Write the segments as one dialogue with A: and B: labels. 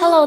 A: Hello，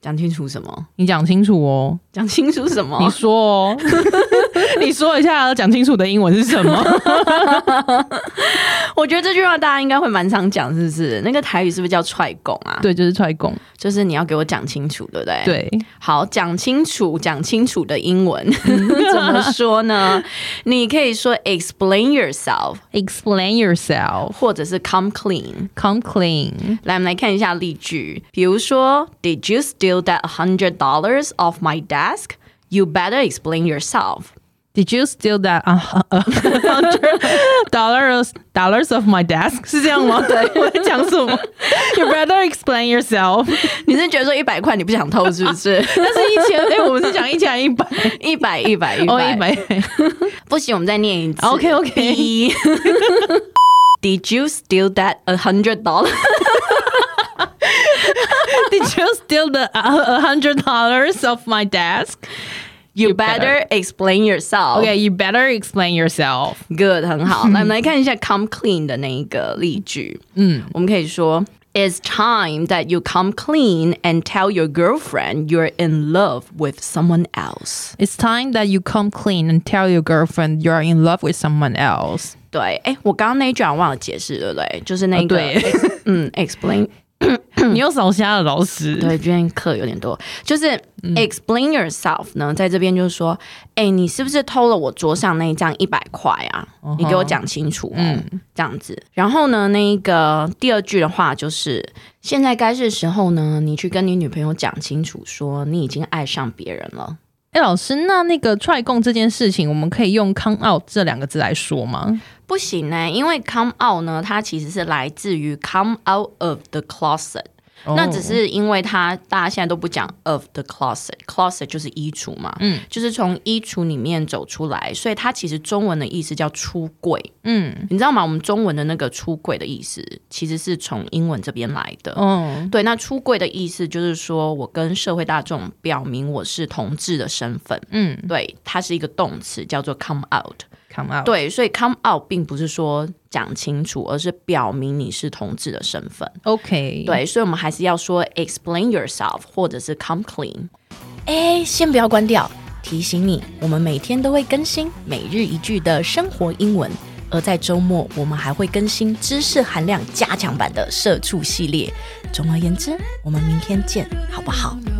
A: 讲清楚什么？
B: 你讲清楚哦，
A: 讲清楚什么
B: 你说 哦，你说一下，讲清楚的英文是什么？
A: 我觉得这句话大家应该会蛮常讲，是不是？那个台语是不是叫踹拱啊？，
B: 对，就是踹拱。
A: 就是你要给我讲清楚，对不对？，
B: 对，
A: 好，讲清楚，讲清楚的英文 怎么说呢？你可以说 explain yourself，
B: Explain yourself,
A: 或者是 come clean。
B: come clean.
A: 来，我们来看一下例句，比如说，Did you steal that hundred dollars off my desk? You better explain yourself.
B: Did you steal that a hundred dollars dollars of my desk？是这样吗？ 对，我在讲什么？You better explain yourself。
A: 你是觉得说一百块你不想偷是不是？
B: 但是一千，哎，我们是讲一千一百，
A: 一百一百一
B: 哦，
A: 百
B: 一百。
A: 不行，我们再念一次。
B: OK，OK
A: B Did you steal that a hundred dollar？
B: Did you steal the uh, a hundred dollars off my desk?
A: You better explain yourself. Hmm。
B: Okay, you better explain yourself.
A: good，很好。那我们来看一下 come clean 的那一个例句。嗯，我们可以说 It's time that you come clean and tell your girlfriend you're in love with someone else。
B: It's time that you come clean and tell your girlfriend you're in love with someone else.
A: 对，哎，我刚刚那一句好像忘了解释，对不对？就是那个，
B: 哦对
A: 嗯，explain
B: 你又少瞎了，老师。
A: 对，今天课有点多，就是 explain yourself 呢，在这边就是说，哎、你是不是偷了我桌上那一张一百块啊你给我讲清楚哦，这样子。然后呢，那一个第二句的话就是，现在该是时候呢，你去跟你女朋友讲清楚，说你已经爱上别人了。
B: 哎，老师，那那个踹供这件事情，我们可以用 come out 这两个字来说吗？
A: 不行呢、因为 come out 呢，它其实是来自于 come out of the closet。那只是因为它大家现在都不讲 of the closet，closet 就是衣橱嘛，嗯，就是从衣橱里面走出来，所以它其实中文的意思叫出柜，嗯，你知道吗？我们中文的那个出柜的意思其实是从英文这边来的，
B: 哦，
A: 对，那出柜的意思就是说我跟社会大众表明我是同志的身份，嗯，对，它是一个动词叫做 come out，
B: come out。
A: 对，所以 come out 并不是说讲清楚，而是表明你是同志的身份。
B: OK，
A: 对，所以我们还是要说 explain yourself 或者是 come clean。哎，先不要关掉，提醒你，我们每天都会更新每日一句的生活英文，而在周末我们还会更新知识含量加强版的社畜系列。总而言之，我们明天见，好不好？
C: no,